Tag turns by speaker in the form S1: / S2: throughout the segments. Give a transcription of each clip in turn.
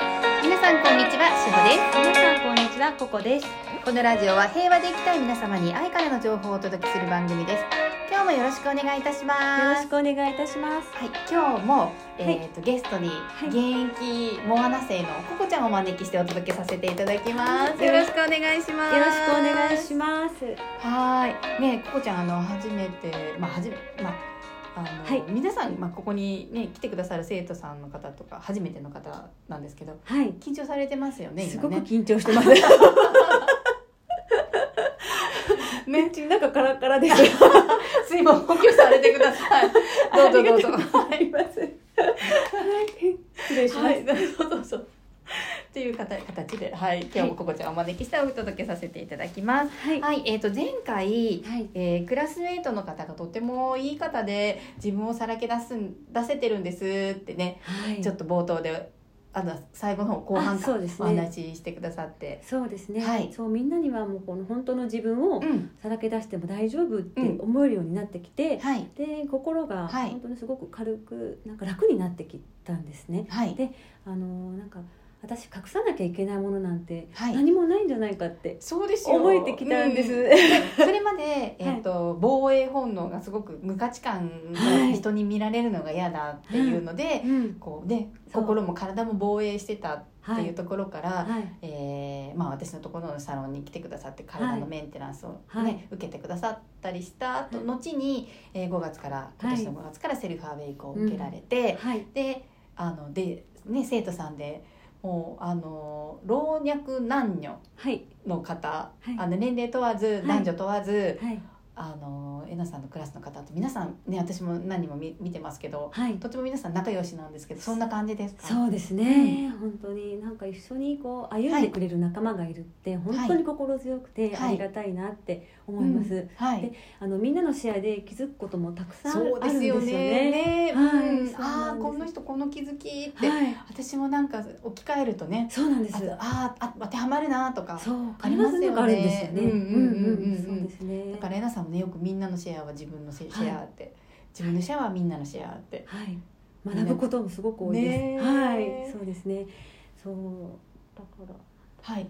S1: さんこんにちは、しほです。
S2: 皆さんこんにちはここです
S1: このラジオは平和で生きたい皆様に愛からの情報をお届けする番組です。今日もよろしくお願いいたし
S2: よ
S1: ま
S2: ろ
S1: す。
S2: しくお願いいたします
S1: はい、今日も、え
S2: はい
S1: ーとゲストに
S2: い
S1: 現役モアナ生のココちゃんをお招きしてお届けさせていただきます。
S2: よろし
S1: くお願いしま
S2: よろしくお願いします
S1: はーい、ね、ここちゃん、あの、初めて、まあ、はじめ、まあ。あの
S2: はい
S1: 皆さん、まあ、ここに、ね、来てくださる生徒さんの方とか初めての方なんですけど
S2: はい
S1: 緊張されてますよね
S2: す
S1: 今
S2: ごく
S1: ね
S2: 緊張して ます。
S1: ね
S2: ち中カラカラです。
S1: 水分補給されてくださいどうぞどうぞ
S2: はい、失礼します。
S1: はい、どうぞ。っていう形形で、はい、今日もここちゃんをお招きしてお届けさせていただきます。
S2: はい
S1: はい、えっ、と前回、
S2: はい、
S1: えークラスメイトの方がとてもいい方で自分をさらけ出すん出せてるんですってね、
S2: はい、
S1: ちょっと冒頭であの最後の方後半
S2: あ
S1: か
S2: そうです
S1: お
S2: ね
S1: 話ししてくださって、
S2: そうですね。
S1: はい
S2: そうみんなにはもうこの本当の自分を
S1: うん、
S2: さらけ出しても大丈夫って
S1: うん
S2: 思えるようになってきて、
S1: はい
S2: で心が
S1: はい
S2: 本当にすごく軽くなんか楽になってきたんですね。
S1: はい
S2: であのなんか私隠さなきゃいけないものなんて
S1: はい
S2: 何もないんじゃないかって。
S1: そうですよ
S2: 覚えてきたんです
S1: うそれまで、えーと防衛本能がすごく無価値観
S2: は
S1: が
S2: い
S1: 人に見られるのが嫌だっていうので、
S2: うん、
S1: こうね、
S2: そう
S1: 心も体も防衛してたって
S2: はい
S1: いうところから、
S2: はい。
S1: えーまあ、私のところのサロンに来てくださって体のメンテナンスを、ね
S2: はい
S1: 受けてくださったりした後,、
S2: はい
S1: 後に、えー、5月から今年の5月からセルフアウェイクを受けられて、
S2: はい、
S1: であので、ね、生徒さんでもうあの老若男女
S2: はい、
S1: の方、
S2: はい
S1: あの年齢問わず
S2: い
S1: 男女問わず、
S2: はい、
S1: あのえなさんのクラスの方と皆さん、ね、私も何人も見見てますけど
S2: はい。
S1: とても皆さん仲良しなんですけどそんな感じですか
S2: そうですね、本当になんか一緒にこう歩んでくれる仲間がいるって本当に心強くて
S1: はい
S2: ありがたいなって思います、
S1: うんはい、
S2: であのみんなの試合で気づくこともたくさんある
S1: そ
S2: ん
S1: う
S2: で
S1: です
S2: よ
S1: す
S2: ね
S1: よね。ね
S2: はい
S1: うん
S2: そうな
S1: ああ
S2: んです
S1: この人この気づきって、
S2: はい、
S1: 私もなんか置き換えるとね
S2: そうなんで
S1: あ
S2: す
S1: あーあ当てはまるなとか
S2: そう
S1: ありますよね
S2: 必ずなんかあるんですよね
S1: うんうんうんうん
S2: うんそうですね
S1: だからえなさんもねよくみんなのシェアは自分のシェシェアって、自分のシェアはみんなのシェアって。
S2: はい学ぶこともすごく多いです、
S1: ね
S2: はいそうですねそうだから
S1: はい。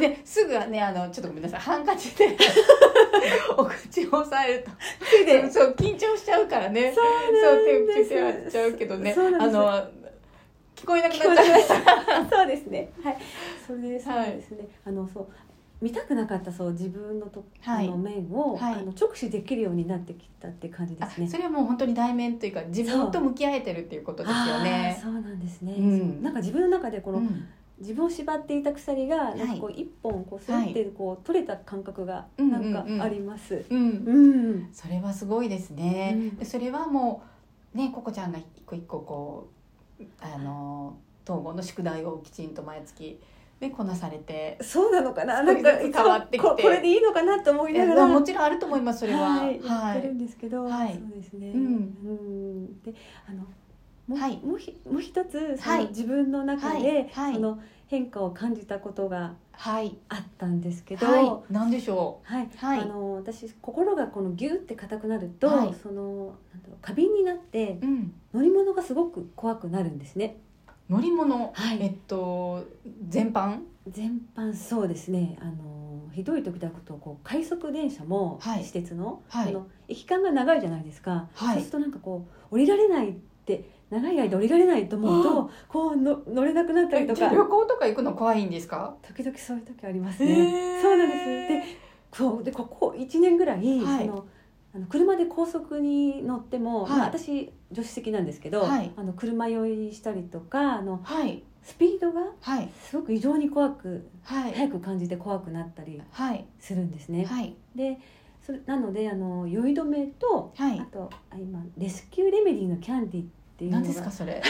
S1: ね、すぐねあのちょっとごめんなさいハンカチで お口を押さえると
S2: 手で
S1: そう緊張しちゃうからねそう
S2: なん
S1: 手
S2: です
S1: 手手やっちゃうけどね
S2: そうなん
S1: あ
S2: です
S1: の聞こえなくなっ
S2: 聞
S1: ちゃ
S2: こえ
S1: う
S2: なくなっちゃ うそうですね。はい。それで、そう
S1: はい
S2: ですね。あの、そう。見たくなかったそう自分のと、
S1: はい
S2: あの面を、
S1: はい
S2: あの直視できるようになってきたって感じですね。
S1: あそれはもう本当に題名というか自分と向き合えてるっていうことですよ
S2: あー
S1: ね。
S2: そうなんですね。
S1: うん
S2: そうなんか自分の中でこの、
S1: うん
S2: 自分を縛っていた鎖が
S1: い
S2: なんかこう一本こうスッてこう取れた感覚が
S1: うん
S2: なんか
S1: うんうん
S2: あります。
S1: うん、
S2: うん。
S1: それはすごいですね。
S2: うん
S1: でそれはもうねここちゃんが一個一個こうあの統合の宿題をきちんと毎月ねこなされて。
S2: そうなのか
S1: 少
S2: な。な
S1: しず
S2: ん
S1: つ
S2: かいつも
S1: 変わってきて
S2: ここれでいいのかなと思い
S1: いや
S2: なが
S1: まあ
S2: ら。
S1: もちろんあると思いますそれは。
S2: はい、や
S1: は
S2: って
S1: い
S2: るんですけど、
S1: はい
S2: そうですね。
S1: うん
S2: んで、あの。もう、
S1: はい
S2: もうひ、もう一つ、そ
S1: は
S2: の
S1: い
S2: 自分の中で、
S1: はいはい
S2: その変化を感じたことが
S1: はい。
S2: あったんですけど。は
S1: はい。なんでしょ
S2: い、
S1: う。はい
S2: あ。の、私、心がこのギュって硬くなると、
S1: はい
S2: その、なんだろう、過敏になって、
S1: うん。
S2: 乗り物がすごく怖くなるんですね。
S1: 乗り物、
S2: は
S1: えっと全般。
S2: 全般そうですね。あの、ひどい時だと、こう、快速電車も、
S1: はい
S2: 私鉄の、
S1: はい
S2: あの、行き間が長いじゃないですか。
S1: は
S2: そうするとなんかこう降りられないって長い間降りられないと思うとこうの乗れなくなったり
S1: え
S2: と
S1: 旅
S2: か
S1: 行とか行くの怖いんですか。
S2: 時々そういう時あります
S1: へー
S2: ねそうなんですでこうでここ1年ぐらい、
S1: はい
S2: そのあの車で高速に乗っても、
S1: はい
S2: まあ私助手席なんですけど、
S1: はい
S2: あの車酔いしたりとかあの
S1: はい。
S2: スピードが
S1: はい。
S2: すごく異常に怖く
S1: はい。
S2: 速く感じて怖くなったり
S1: はい。
S2: するんですね。
S1: はい。
S2: でそれなのであの酔い止めと
S1: はい
S2: あ。とあ今レスキューレメディのキャンディっていうの
S1: 何
S2: が
S1: ですかそれ。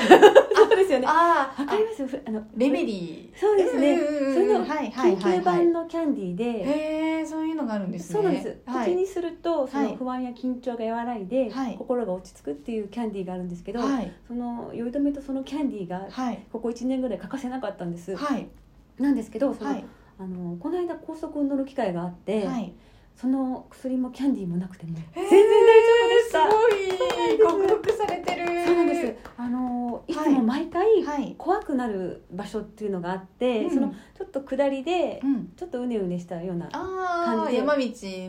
S2: そうですよね。わ
S1: あーあ。
S2: かりますよ。ふあの
S1: レメディー。
S2: そうですね。
S1: うんうんうん
S2: それの
S1: はいはいはい
S2: 緊急
S1: はい
S2: 版。のキャンディーで、
S1: へえ、そういうのがあるんですね。
S2: そうなんです。
S1: は
S2: 口
S1: い。
S2: にするとそ
S1: は
S2: の
S1: い
S2: 不安や緊張が和らいで、
S1: はい
S2: 心が落ち着くっていうキャンディーがあるんですけど、
S1: はい。
S2: その酔い止めとそのキャンディーが
S1: はい。
S2: ここ1年ぐらい欠かせなかったんです。
S1: はい。
S2: なんですけど、その、
S1: はい。
S2: あのこの間高速に乗る機会があって、
S1: はい。
S2: その薬もキャンディーもなくても
S1: 全
S2: 全然大丈夫でし
S1: す
S2: た。
S1: ごい。克服されてる。
S2: そうなんです。あのいつも毎回、り
S1: はい。
S2: 怖くなる場所っていうのがあって、
S1: うん
S2: そのちょっと下りで
S1: うん。
S2: ちょっとうねうねしたような
S1: あ
S2: 感
S1: あ
S2: じで
S1: 山道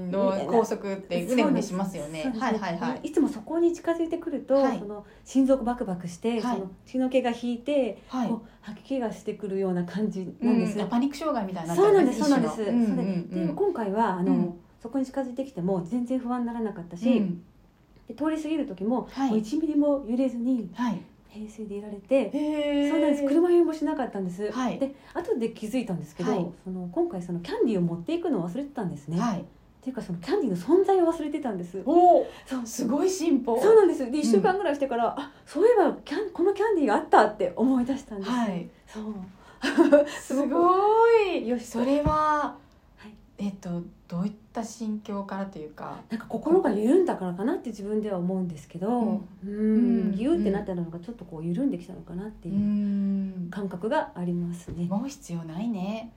S1: の高速ってうねうねしますよ
S2: そ
S1: ね
S2: う。です
S1: はいはいはい。
S2: いつもそこに近づいてくると、
S1: はい
S2: その心臓がバクバクし
S1: は
S2: て、
S1: い
S2: その血の気が引いて、
S1: はい。
S2: こう吐き気がしてくるような感じ
S1: う
S2: なんです、
S1: んパニック障害みたいになっち
S2: そ
S1: ゃ
S2: う
S1: ね
S2: なんですそうなんです、
S1: 一種のうんうん
S2: それ
S1: う
S2: で
S1: ん
S2: 今回はあの、
S1: うん
S2: そこに近づいてきても全然不安にならなかったし、
S1: うん
S2: で通り過ぎる時も,、
S1: はい
S2: もう1ミリも揺れずに
S1: はい。
S2: 平静でいられて、
S1: へー
S2: そうなんです車酔いもしなかったんです、
S1: はい
S2: で後で気づいたんですけど、
S1: はい
S2: その今回そのキャンディーを持っていくのを忘れてたんですね、
S1: はい。
S2: っていうかそのキャンディーの存在を忘れてたんです
S1: おお。
S2: そう
S1: すごい進歩。
S2: そうなんですで1週間ぐらいしてから、あそういえばキャンこのキャンディーがあったって思い出したんです、
S1: はい。
S2: そう
S1: すごい。
S2: よし
S1: それは
S2: はい。
S1: えっと、どういった心境からというか。
S2: なんか心が緩んだからかなって自分では思うんですけど、
S1: う
S2: うん
S1: う
S2: ん、
S1: ん
S2: ギューってなったのがちょっとこう緩んできたのかなって
S1: う。
S2: いうん感覚がありますね。
S1: もう必要ないね。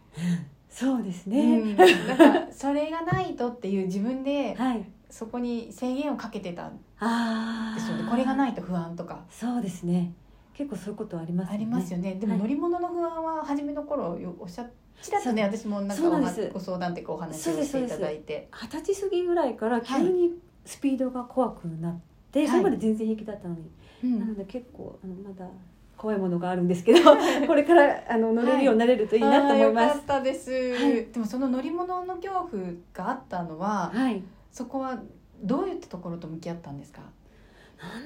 S2: そうです
S1: う
S2: ね。
S1: んなんかそれがないとっていう自分で
S2: はい。
S1: そこに制限をかけてたん
S2: あ
S1: で
S2: あ。。
S1: すよね。これがないいと不安とか
S2: そうですね。結構そういうことありますよね。
S1: ありますよね。でも
S2: はい
S1: 乗り物の不安は初めの頃よおっしゃちらっとね私もなんか
S2: そうな
S1: お
S2: んで
S1: は
S2: す
S1: ご相談というかお話
S2: そう
S1: を
S2: で
S1: し
S2: すそう
S1: てい
S2: です
S1: ただいて。
S2: 二十歳過ぎぐらいから急にスピードが怖くなって、
S1: はい
S2: それまで全然平気だったのに、
S1: うん
S2: なので結構あのまだ怖いものがあるんですけ ど、これからあの乗れるようになれるといいなと思いま
S1: あーよか
S2: す。
S1: ったです、
S2: い
S1: でもその乗り物の恐怖があったのは、
S2: はい。
S1: そこはどういったところと向き合ったんですか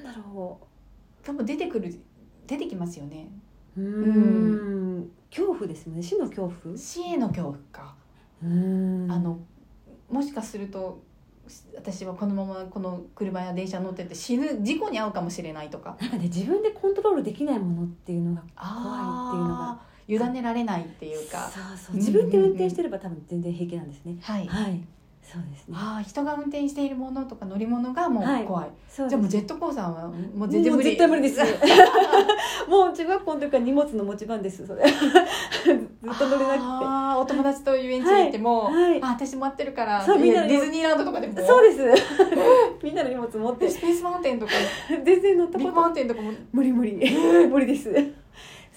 S2: なんだろう。
S1: 多分出てくる出てきますよね
S2: うーん恐怖ですね死の恐怖
S1: 死への恐怖か、
S2: うーん
S1: あのもしかすると私はこのままこの車や電車乗ってて死ぬ事故に遭うかもしれないとか
S2: なんかね自分でコントロールできないものっていうのが
S1: あ
S2: あ
S1: ー委ねられないっていうか
S2: そうそううん自分で運転してれば多分全然平気なんですね、
S1: はい、
S2: はいそうですね
S1: ああ人が運転しているものとか乗り物がもう怖い、
S2: そう
S1: じゃあもう
S2: です
S1: ジェットコースターはもう全然無理
S2: もう絶対無理です もう中学校の時から荷物の持ち番です それずっと乗れな
S1: あーお友達と遊園地に行っても、
S2: はいはい
S1: あ私待ってるから
S2: そうみんな
S1: で
S2: で
S1: ディズニーランドとかでも
S2: くて そうですみんなの荷物持って
S1: スペースマウンテンとか
S2: 全然乗った
S1: ビッグ
S2: こ
S1: マウ
S2: と
S1: ンテンとかも
S2: 無理無理 無理です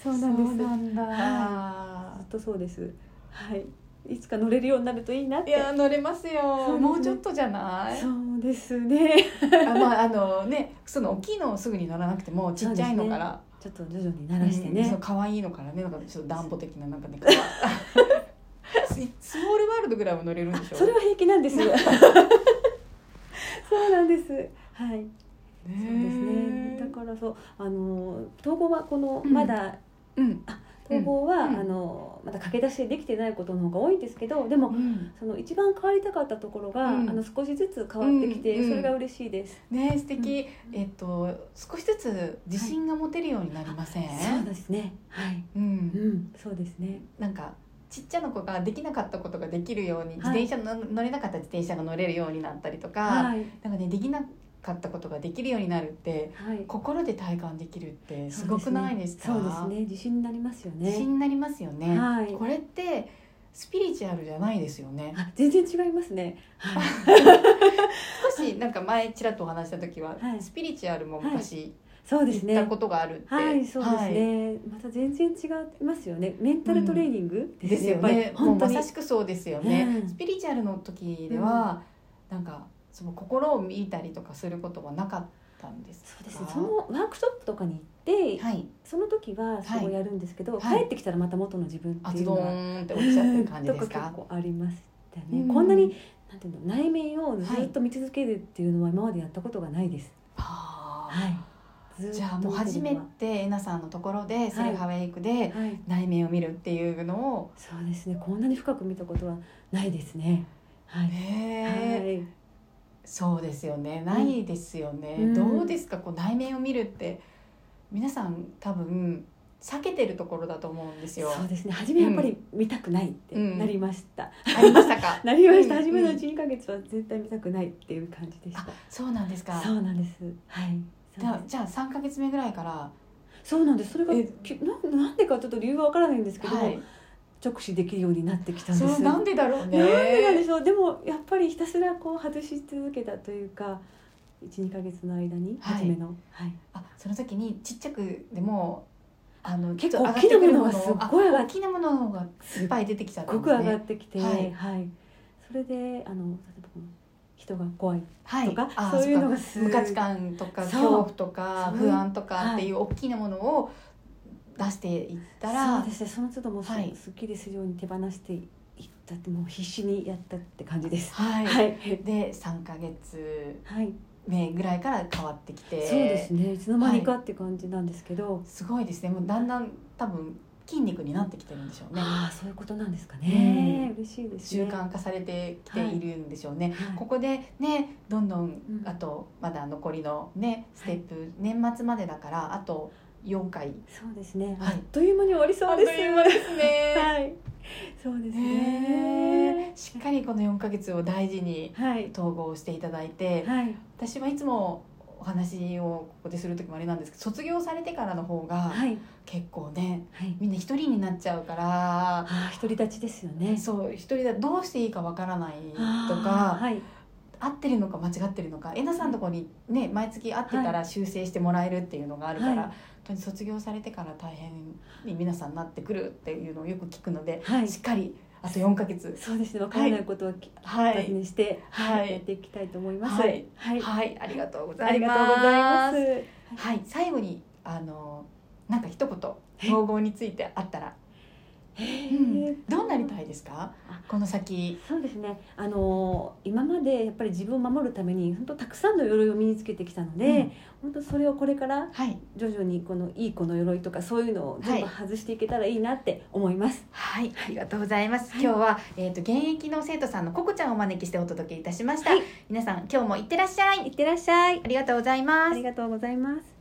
S2: そうなんです
S1: んだ
S2: ずっとそうです。はい。いつか乗れるようになるといいなっ
S1: い
S2: て。
S1: やー乗れますよ
S2: そうですね
S1: もうちょっとじゃない
S2: そうですね。
S1: あまああのねその大きいのをすぐに乗らなくてもちっちゃいのから、
S2: ちょっと徐々に慣らしてね。
S1: うんその可愛いのからねなんかちょっと暖房的ななんか ねこうス スモールワールドぐらいは乗れるんでしょ
S2: それは平気なんです。 そうなんです。はい。
S1: ね
S2: そうですね。だからそうあの統合はこのまだ、
S1: うん
S2: 統合は、
S1: うん
S2: あのまだ駆け出しできてないことの方が多いんですけど、でも。その一番変わりたかったところが、
S1: うん
S2: あの少しずつ変わってきて、
S1: うんうん
S2: それが嬉しいです。
S1: ね素敵、
S2: うん
S1: えっと少しずつ自信が持てるようになりません、
S2: そうですね。はい。
S1: う、
S2: うんん、そうですね。
S1: なんかちっちゃな子ができなかったことができるように、
S2: はい
S1: 自転車の乗れなかった自転車が乗れるようになったりとか、
S2: はい。
S1: なんかねできなかったことができるようになるって
S2: はい。
S1: 心で体感できるってすごくないですか
S2: そうですね自信になりますよね
S1: 自信になりますよね、
S2: はい
S1: これってスピリチュアルじゃないですよね
S2: あ全然違いますねはい
S1: 少しなんか前ちらっとお話しした時は、
S2: はい
S1: スピリチュアルも昔
S2: そうです
S1: 言った
S2: ね
S1: ことがあるって、
S2: はいそうですね、また全然違いますよねメンタルトレーニング
S1: で
S2: です
S1: すよ
S2: ね、やっぱ
S1: ね
S2: り
S1: もう
S2: 本当
S1: ま
S2: に
S1: さしくそうですよね、
S2: うん
S1: スピリチュアルの時では、なんかその心を見たりとかすることはなかったんですか
S2: そうですねそのワークショップとかに行って、
S1: はい
S2: その時はそうやるんですけど、
S1: はい
S2: 帰ってきたらまた元の自分ってい
S1: 厚
S2: うの
S1: ど
S2: は、
S1: ーんって落ちちゃってる感じ
S2: と
S1: で
S2: か
S1: す
S2: 結
S1: か
S2: 構ありましたね、
S1: うん
S2: こんなになんていうの内面をずっと見続けるっていうのは今までやったことがないです、
S1: あー
S2: はい、ずっと
S1: じゃあもう初め
S2: は
S1: てえなさんのところでセルフアウェイクで
S2: い
S1: 内面を見るっていうのを、
S2: そうですね。こんなに深く見たことはないですね。はい。
S1: ねえ
S2: はい。
S1: そうですよねないですよね、
S2: うん
S1: どうですかこう内面を見るって皆さん多分避けてるところだと思うんですよ
S2: そうですね。初めやっぱり見たくないって
S1: うん
S2: なりました。
S1: ありましたか
S2: なりました。
S1: うん
S2: 初めの1、2ヶ月は絶対見たくないっていう感じでし
S1: あ
S2: た。
S1: そうなんですか
S2: そうなんです。はい。
S1: じゃあじゃあ3か月目ぐらいから、
S2: そうなんです。それが
S1: え
S2: きななんでかちょっと理由はわからないんですけど、
S1: はい、
S2: 直視できるようになってきたん
S1: そ
S2: で
S1: れ
S2: す。
S1: なんでだろうね
S2: なんでなんでしょう。でもやっぱりひたすらこう外し続けたというか、1、2ヶ月の間に
S1: はい
S2: 初めの、はい。
S1: あその時にちっちゃくでもあの
S2: 結
S1: ちょ
S2: 構
S1: っ
S2: 大
S1: と
S2: きなもの
S1: 上
S2: が
S1: がって
S2: す
S1: くる
S2: っ
S1: ものあ大きなも
S2: ごい上がっ
S1: のがいっぱい出てきちゃ
S2: す
S1: った
S2: ご
S1: ん
S2: く
S1: です
S2: 上が
S1: ね
S2: ってきて、
S1: は
S2: はいいそれであの例えばこの人が怖い
S1: は
S2: とか、
S1: あ
S2: そういうのが
S1: そ
S2: す
S1: っか無価値観とか
S2: そう
S1: 恐怖とか
S2: そう
S1: 不安とかっていう大きなものを出していったら、
S2: そうですねその都度もうす,、
S1: はい
S2: っきりするように手放していったってもう必死にやったって感じです
S1: はい
S2: はい
S1: で3か月
S2: はい、
S1: 目ぐらいから変わってきて
S2: そうですねいつの間にかって感じなんですけど、
S1: すごいですねもうだんだん多分筋肉になってきてるんでしょうね
S2: ああそういうことなんですかね、嬉しいです
S1: 習
S2: ね
S1: 慣化されてきているんでしょうね、
S2: はい
S1: ここでねどんどん
S2: うん
S1: あとまだ残りのねステップ、年末までだからあと4回
S2: そうですね、
S1: はい
S2: あっという間に終わりそうです
S1: あっという間ですね
S2: はいそうです
S1: ねえ
S2: ね
S1: しっかりこの4ヶ月を大事に
S2: はい
S1: 統合していただいて
S2: はい
S1: 私はいつもお話をここでする時もあれなんですけど卒業されてからの方が
S2: はい
S1: 結構ね
S2: はい
S1: みんな一人になっちゃうから
S2: ああ独り立ちですよね
S1: そう一人だとどうしていいかわからないと
S2: あ
S1: か
S2: ーはい
S1: 合ってるのか間違ってるのかえなさんのとこにね毎月会ってたら修正してもらえるっていうのがあるから、
S2: はい
S1: 本当に卒業されてから大変に皆さんなってくるっていうのをよく聞くので
S2: はい
S1: しっかりあと4ヶ月
S2: そうですねわからないことはき
S1: は
S2: 二つ
S1: い
S2: にして、
S1: はい
S2: やっていきたいと思います。
S1: はい
S2: はい
S1: はいありがとうござ
S2: あ
S1: い
S2: り
S1: ま
S2: が
S1: す
S2: とうございます。
S1: はい最後にあのなんか一言
S2: え
S1: 統合についてあったら、うんどうなりたいですか
S2: あ
S1: この先
S2: そうですね。あのー今までやっぱり自分を守るために本当たくさんの鎧を身につけてきたので、
S1: うん
S2: 本当それをこれから
S1: はい
S2: 徐々にこのいい子の鎧とかそういうのを全部
S1: は
S2: 外していけたらいいなって思います。
S1: はい、ありがとうございます。
S2: はい
S1: 今日は、えっ、と、現役の生徒さんのココちゃんをお招きしてお届けいたしました。
S2: はい
S1: 皆さん、今日もいってらっしゃい。
S2: いってらっしゃい。
S1: ありがとうございま
S2: あ
S1: す
S2: り。がとうございます。